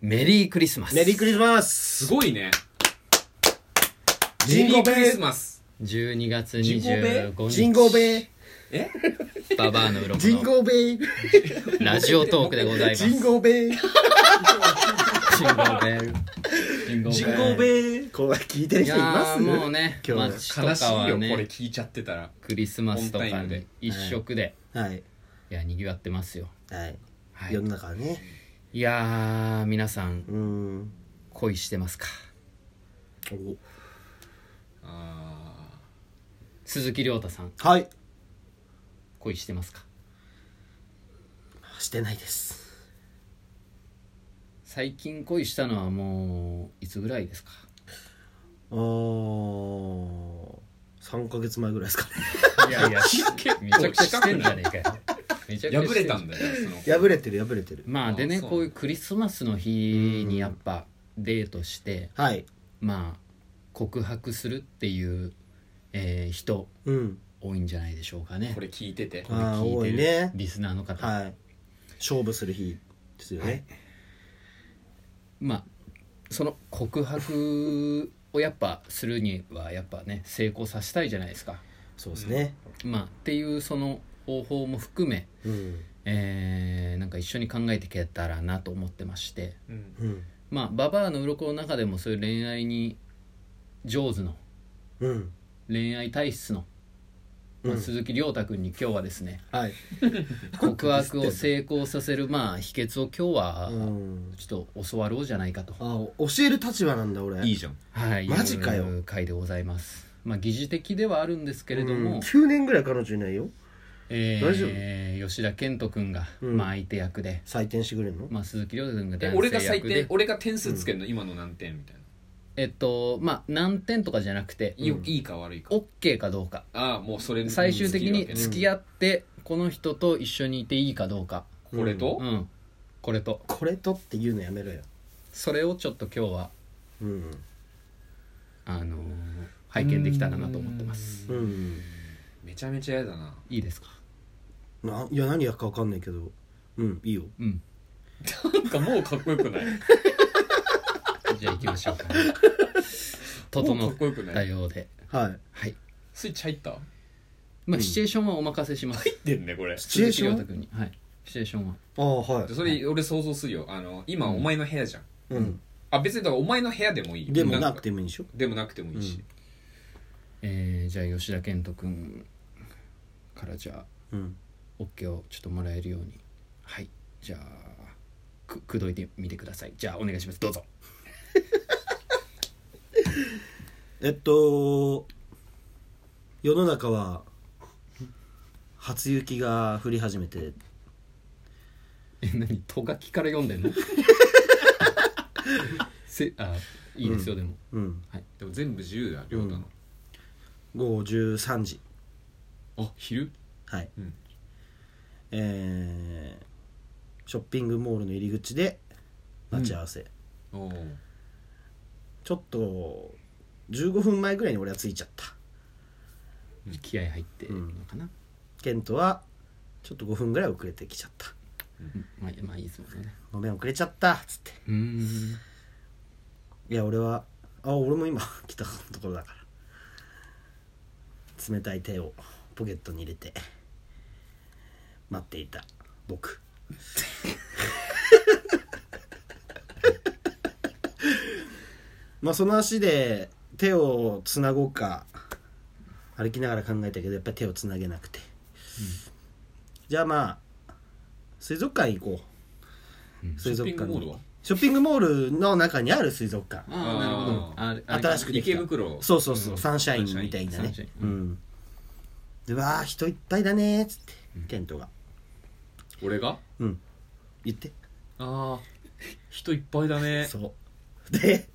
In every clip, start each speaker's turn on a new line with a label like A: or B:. A: メリークリスマス。
B: メリークリスマス
C: すごいね。
B: ジンゴ
C: メリークリス
B: ベ
C: マス。
A: 12月
C: ジンゴベ
A: 25日。
B: ジンゴベ
C: え
A: ババアのうろこ
B: ジ
A: の
B: ンゴベ
A: ラジオトークでございます。
B: ジンゴベ
A: ジンゴベル。ジンゴベル。
C: ジンゴベー。
B: これ聞いてる
A: い
B: 人
A: や
B: います
A: ーもうね、
B: 今日ね
A: 街と
C: 悲し
A: か
C: い
A: は
C: よ、これ
A: ね、
C: 聞いちゃってたら。
A: クリスマスとか
C: オンタイムで
A: ね一色で、
B: はい
A: いや、賑わってますよ。
B: はい
A: はい
B: 世の中はね
A: いやー、皆さん、
B: うーん
A: 恋してますか
B: お
C: あ
A: 鈴木亮太さん、
B: はい
A: 恋してますか
B: してないです
A: 最近恋したのはもう、いつぐらいですか
B: あー3ヶ月前ぐらいですかね
A: いやい や、めちゃくちゃしてんじゃねえかよ。めちゃくちゃしてんじゃね
C: ー
A: え
C: 破れたんだよ、その。
B: 破れてる破れてる
A: まあで
C: あ
A: ね
C: そう
A: こういうクリスマスの日にやっぱデートして
B: はい
A: まあ告白するっていう、えー人
B: うん
A: 多いんじゃないでしょうかね
C: これ聞いてて
A: こ。れ聞い
B: あー多い
A: てる
B: ね
A: リスナーの方、
B: はい勝負する日ですよね
A: まあその告白をやっぱするにはやっぱね成功させたいじゃないですか
B: そうですね
A: まあっていうその方法も含め、
B: うん
A: えーなんか一緒に考えていけたらなと思ってまして
C: うん
B: うん
A: まあババアの鱗の中でもそういう恋愛に上手の
B: うん
A: 恋愛体質の、まあ
B: うん
A: 鈴木亮太君に今日はですね
B: はい
A: 告白を成功させるまあ秘訣を今
B: う
A: 日は
B: ん
A: ちょっと教わろうじゃないかと、
B: あー教える立場なんだ俺
C: いいじゃん。
A: はい
B: マジかよ
A: いう回でございますまあ疑似的ではあるんですけれど
B: うん
A: も、
B: 9年ぐらい彼女いないよ大丈
A: えー、吉田健人君が、
B: うん
A: まあ、相手役で、
B: 採点してくれるの
A: まあ、鈴木亮太君が
C: え、
A: 男
C: 俺が
A: 性
C: 最
A: 役で
C: 低、俺が点数つけるの、今の何点みたいな。
A: えっとまあ何点とかじゃなくて、
C: いいいいか悪いか。
A: OK かどうか
C: ああ、もうそれ
A: 最終的に
C: 尽きるわけね
A: 付き合ってこの人と一緒にいていいかどうか、
C: これと
A: うん、これと
B: これとって言うのやめろよ
A: それをちょっと今日は
B: うん
A: あのー拝見できたらなと思ってます
B: うん、うん
C: めちゃめちゃ嫌だな。
A: いいですか
B: ないや何やっか分かんないけどうんいいよ
A: うん
C: なんかもうかっこよくない。
A: じゃあ行きましょうか
C: もう
A: 整
C: かっこよく
A: った
C: ない。
A: ようで
B: はい
A: はい
C: スイッチ入った
A: ま
B: う
A: あ
B: ん
A: シチュエーションはお任せします
C: 入ってんね、これ。
B: シチュエーション
A: 鈴木亮太君にはいシチュエーションは
B: ああはい
C: それ俺想像するよ。あの、今お前の部屋じゃん。
B: うん
C: あ、別にだからお前の部屋でもいい。
B: でもなく
C: て。
B: てもいいんでしょ
C: でもなくてもいいし。
A: えーじゃあ吉田健人君からじゃ
B: うん
A: あ OK をちょっともらえるようにはいじゃあく口説いてみてくださいじゃあお願いしますどうぞ
B: えっと世の中は初雪が降り始めて
A: え何とがきから読ん でんのせあいいですよ、でも
B: うん
C: でも全部自由だ、りょうたの。
B: 午後13時
C: あ、昼
B: はい、
C: うん
B: えーショッピングモールの入り口で待ち合わせ、
C: おお。
B: ちょっと15分前ぐらいに俺は着いちゃった
A: 気合入ってるのかな、
B: ケントはちょっと5分ぐらい遅れてきちゃった
A: うんまあ、まあいいですもんね
B: ごめん遅れちゃったっつって
A: うーん
B: いや俺はあ俺も今 来たところだから冷たい手をポケットに入れて待っていた僕 まあその足で手をつなごうか歩きながら考えたけどやっぱり手をつなげなくて、じゃあまあ水族館行こう、
A: うん
B: 水
C: ショッピングモールは
B: ショッピングモールの中にある水族館
A: ああなるほどあれあれ
B: 新しくでき
C: 池
B: た
C: 袋。
B: そうそうそう、
A: うん
B: サンシャインみたいな
A: サ
B: ね
A: ンシャイン
B: うんでわあ人いっぱいだねーっつって、ケントが
C: 俺が
B: うん言って
C: ああ。人いっぱいだね。
B: そう で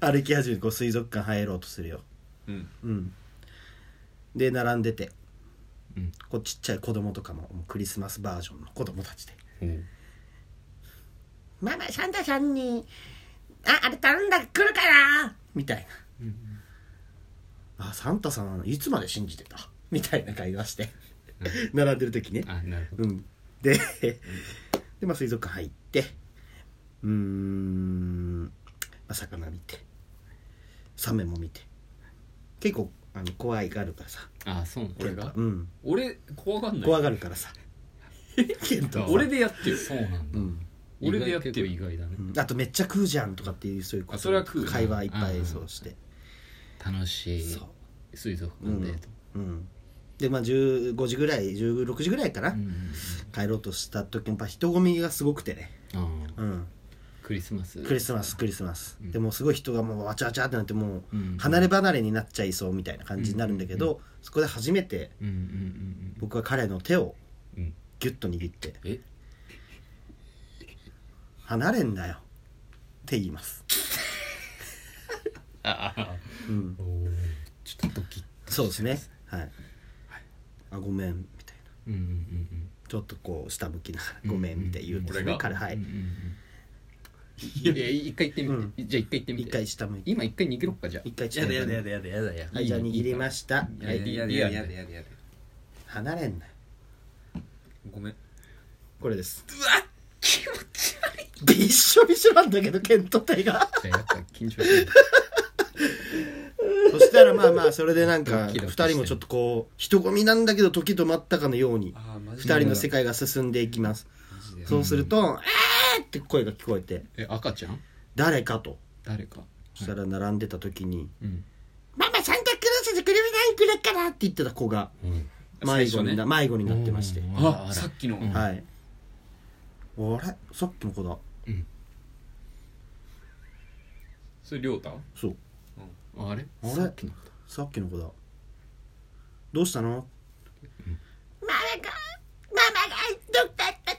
B: 歩き始めてこう水族館入ろうとするよ
C: うん。
B: うんで並んでて、
A: うん
B: こうちっちゃい子供とかももうクリスマスバージョンの子供たちで
A: うん
B: 「ママサンタさんにああれ頼んだ来るかな?」みたいな「あサンタさんいつまで信じてた?」みたいな会話して 並んでる時ね
A: あなるほど
B: うん、でで、まあ、水族館入ってうーん、まあ、魚見てサメも見て結構あの怖いがるからさ
A: ああそうなんだ
C: 俺が
B: うん
C: 俺怖がんない
B: 怖がるからさケントはさ
C: 俺でやってよ
A: そうなん
B: う
A: だ
B: ん
A: 意外
C: 俺でやって
A: 結構意外だね
B: うんあとめっちゃ食うじゃんとかっていうそういうこと
C: あそれは食うね
B: 会話いっぱ
A: うん
B: いそうして
A: 楽しい
B: そ
A: 水族館でと
B: ううんでまあ15時ぐらい16時ぐらいかな、
A: うんうん
B: 帰ろうとした時にやっぱ人混みがすごくてね
A: うんああ
B: うん
A: クリスマス
B: クリスマスクリスマス、
A: うん
B: でもうすごい人がもうわちゃわちゃってなっても
A: う
B: う
A: ん
B: 離れ離れになっちゃいそうみたいな感じになるんだけど、そこで初めて
A: うんうんうん
B: 僕は彼の手を
A: うんうん
B: ギュッと握って
C: え
B: 「離れんなよ」って言います、
A: ああ
B: うん、
A: ちょっとドキッ
B: そうですねはい「あごめん」みたい
A: うん
B: な
A: うんうん
B: ちょっとこう下向きながら
A: う
B: 「
A: ん
B: ごめん」みたいな言うんですよね
C: 俺が
B: 彼は
A: う
B: い
A: んうんうんいやいや一回行ってみてじゃあ一回行ってみ
B: 一
A: て
B: 回下向いて
A: 今一回握ろっかじゃあ
B: 一回下向いて
C: だやだやだや
B: はいじゃあ握りました
A: いやいやいやいやい
C: やだやだ
B: 離れんなよ
C: ごめん
B: これです
A: 気持ち悪い
B: びっしょびしょなんだけどケント手が
A: やっぱ緊張する
B: そしたらまあまあそれでなんか
A: ドキドキ
B: 2
A: して
B: 人もちょっとこう人混みなんだけど時止まったかのように
C: あーマジで
B: 2人の世界が進んでいきます
C: マジで
B: そうすると「あー!」って声が聞こえて
A: え赤ちゃん
B: 「誰か?」と
A: 誰か
B: そしたら並んでた時に
A: うん
B: 「ママサンタクロースでクレないくれっから」って言ってた子が迷子にな,、迷子になってまして
A: うん
C: あさっきの
A: うん
B: はいあれさっきの子だ
A: うん
C: それ亮太
B: そう
A: あれ
B: あれ
A: さっきの
B: さっきの子だどうしたのママがママがどっか行ったあ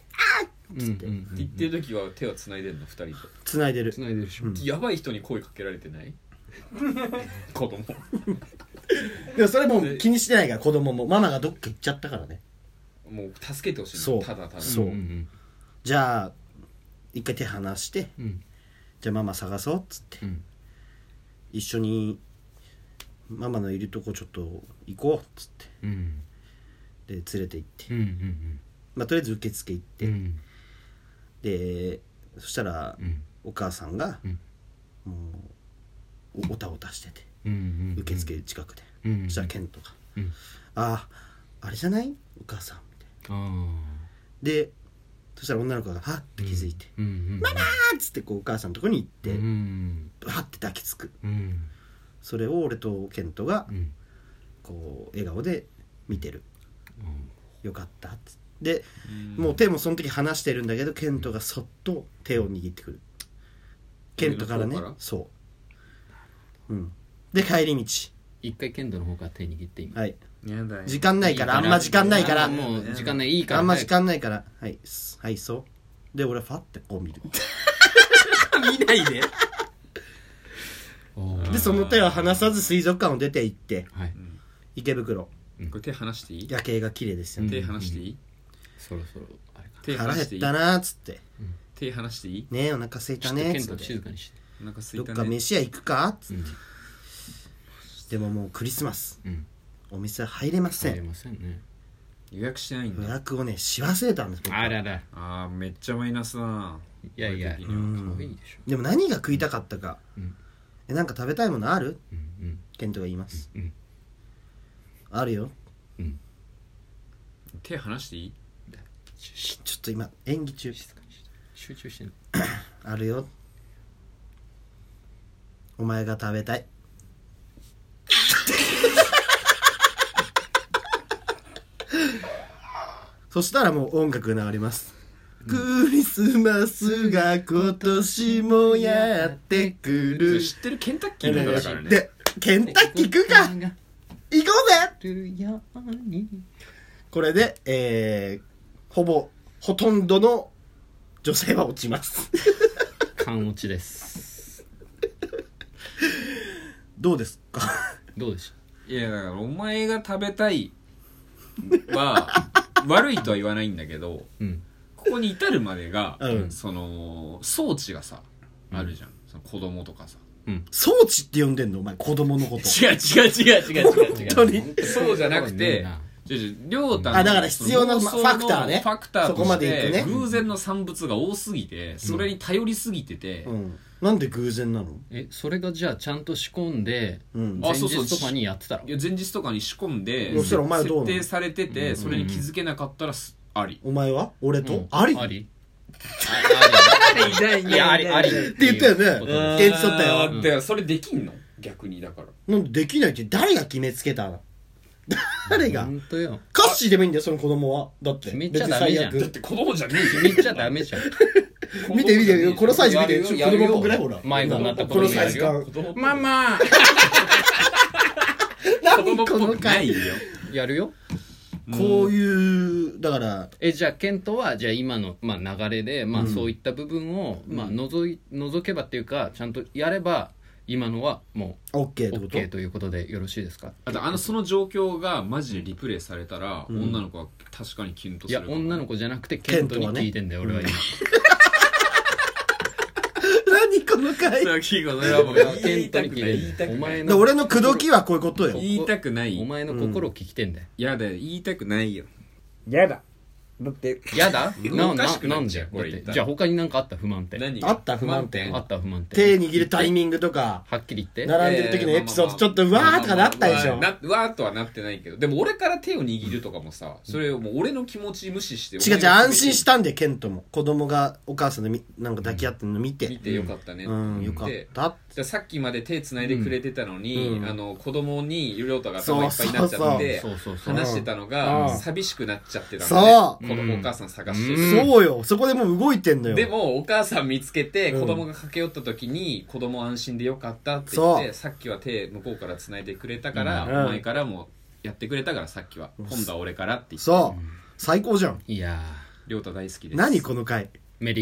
A: うんうん
C: 言ってる時は手は繋いでんの二人で
B: つないでる
A: 繋いでるでしょ
C: やばい人に声かけられ てない子供
B: でもそれもう気にしてないから子供もママがどっか行っちゃったからね
C: もう助けてほしいの
B: そう
C: ただただ
B: そうんじゃあ一回手離して
A: うんうん
B: じゃあママ探そうっつって
A: うん
B: 一緒にママのいるとこちょっと行こうっつっ
A: うん
B: てで連れて行って、
A: うんうん
B: まあ、とりあえず受付行って、
A: うん
B: でそしたら
A: うん
B: お母さんが
A: うん
B: もうおおたおたしてて
A: うん
B: 受付近くで、
A: うん
B: そしたらケントが「
A: うん
B: あああれじゃないお母さん」みたいな
A: ああ
B: でそしたら女の子が「はっ」て気づいて
A: うんうんママ
B: 「あっ」つってこうお母さんのとこに行って、
A: うん
B: はって抱きつく
A: うん
B: それを俺とケントが
A: うん
B: こう笑顔で見てるよかったっつってで
C: うん
B: もう手もその時離してるんだけどケントがそっと手を握ってくるケントからね
C: 俺の方から
B: そううんで帰り道
A: 一回剣道の方から手握って今
B: はい
C: やだよ
B: 時間ないからあんま時間ないから
A: もう時間ないいいから
B: あんま時間ないからはいすはいそうで俺ファってこう見る
C: 見ないで
B: でその手を離さず水族館を出て行って
A: はい
B: 池袋
C: これ手離していい
B: 夜景が綺麗ですよね、
C: 手離していい
A: そろそろあれか
C: 手
B: 腹
C: 離
B: 減
C: して
B: っ
C: いい
B: たなーっつって
C: 手離していい
B: ねえお腹空い
A: ちょ
B: た
A: っと
B: ねー
A: 剣
B: っつ
A: 道
B: って
A: 静かにして
C: お腹す
B: ど
C: い
B: ったか
C: ね
B: 飯屋行くかっつ
A: う
B: っ
A: ん
B: て、でももうクリスマス
A: うん
B: お店入れませ
A: あり
B: ん
A: ませんね
C: 予約してないん
B: 予
C: だ
B: 約をねし忘れたんです僕は
A: あらら
C: あーめっちゃマイナスだない
A: やいや
C: う
A: 可
B: ん
A: 愛いでしょ
B: でも何が食いたかったか、
A: うん
B: えなんか食べたいものある
A: うん
B: ケントが言います、
A: うん
B: あるよ
A: うんうん
C: 手離していい
A: し
B: ちょっと今演技中
A: 静かにして集中してる
B: あるよお前が食べ たいそしたらもう音楽流れます、クリスマスが今年もやってくる
C: 知ってるケンタッキーの歌だからね
B: でケンタッキー行くか行こうぜこれで、えー、ほぼほとんどの女性は落ちます
A: 缶落ちです
B: どうですか
A: どうでし
C: いやだからお前が食べたい は悪いとは言わないんだけど
A: たうん
C: ここに至るまでが、
B: うん
C: その装置がさ
A: うん
C: あるじゃん、その子供とかさ
B: 装置って呼んでんのお前子供のこと
C: 違う違う違う違う違う違
B: 本
C: う
B: 当に
C: そうじゃなくてじゃじゃ亮太の
B: あだから必要な
C: その
B: ファクターね
C: ファクター
B: そことま
C: し
B: でいくね
C: て偶然の産物が多すぎてそれに頼りすぎてて
B: うん、なんで偶然なの
A: えそれがじゃあちゃんと仕込んで
B: うん
A: 前
C: あそうそう
A: 日とかにやってたら
C: いや前日とかに仕込んで
B: そしたらお前はどうな
C: 設
B: の
C: 定されててそれに気づけなかったらすあり
B: お前は俺と、
A: うん
B: あり
A: あり
D: 痛い
A: いやありあり
B: って言ったよね
A: いうことです
B: ん言ってたよ
C: あーだからそれできんの逆にだから
B: なんでできないって誰が決めつけたの誰が
A: 本当よ
B: カッシーでもいいんだよその子供はだって
A: 決めちゃダメじゃん
B: 別
C: だっ
B: に
C: て子供じゃねえ
A: めっちゃダメじゃん
C: じゃん
B: 見て見てこのサイズ見て
C: やるよ
B: ちょっと子供っぽくない
C: や
B: ほ
C: るよ
B: ら
A: 迷子になった
B: この
A: 子供
B: サイズ
A: や
B: 感
C: 子供っぽく
A: ママ
C: 子供っぽくないよ
A: やるよ
B: こういうだから
A: えじゃあケントはじゃあ今の、まあ、流れで、まあ、そういった部分を、まあ、覗い覗けばっていうかちゃんとやれば今のはも
B: OK って
A: う
B: こと
A: OK ということでよろしいですか
C: あとあのその状況がマジでリプレイされたら、女の子は確かにキュンと
A: い
C: する
A: や女の
C: 子
A: 子じゃなくてケントに聞いてんだよ、
B: ケント
A: 俺は
B: はね
A: 今
B: 何この回だか
C: キーゴそれはもう
A: ケ
C: 言
A: ン
C: い
A: ト
C: た
A: に
C: く
A: 聞い
C: ない
A: て
C: 言い
A: んだ
C: た
A: よお
C: くない
A: 前
B: ら
A: の
B: 俺の口説きはこういうことよ
C: 言いたくな
A: お
C: い
A: 前の心を聞きてんだよ、
C: やだ言いたくないよ
D: やだだって
A: やだな
C: お
A: な
C: かしくなっ
A: なん
C: ち
A: じゃ
C: ゃうこれ言ったら
A: じゃあ他に何かあった不満点
C: 何
B: あった不満点
A: あった不満
B: 手
A: 点
B: 握るタイミングとか
A: はっきり言って
B: 並んでる時のエピソードちょっとう
C: ま
B: わ
C: あまあ
B: ーとかなったでしょ
C: まあまあなわーとはなってないけどでも俺から手を握るとかもさそれをもう俺の気持ち無視して
B: 違う違う安心したんでケントも子供がお母さんのみなんか抱き合ってるの見て
C: 見てよかったね
B: うんよかったっ
C: じゃあさっきまで手繋いでくれてたのに、
B: うん
C: あの子供にりょうたが頭いっぱいになっちゃって
A: そうそうそう
C: 話してたの
B: うん
C: が寂しくなっちゃってた
B: そ
C: の
A: う
C: で、子供
A: うん
C: お母さん探して
B: て
C: る、
B: そうよそこでもう動いてんのよ
C: でもお母さん見つけて
B: うん
C: 子供が駆け寄った時に子供安心でよかったって言って、さっきは手向こうから繋いでくれたから、
B: うん
C: お前からもやってくれたからさっきは今度は俺からって言って
B: そう最高じゃん
A: いや
C: りょうた大好きです
B: 何この回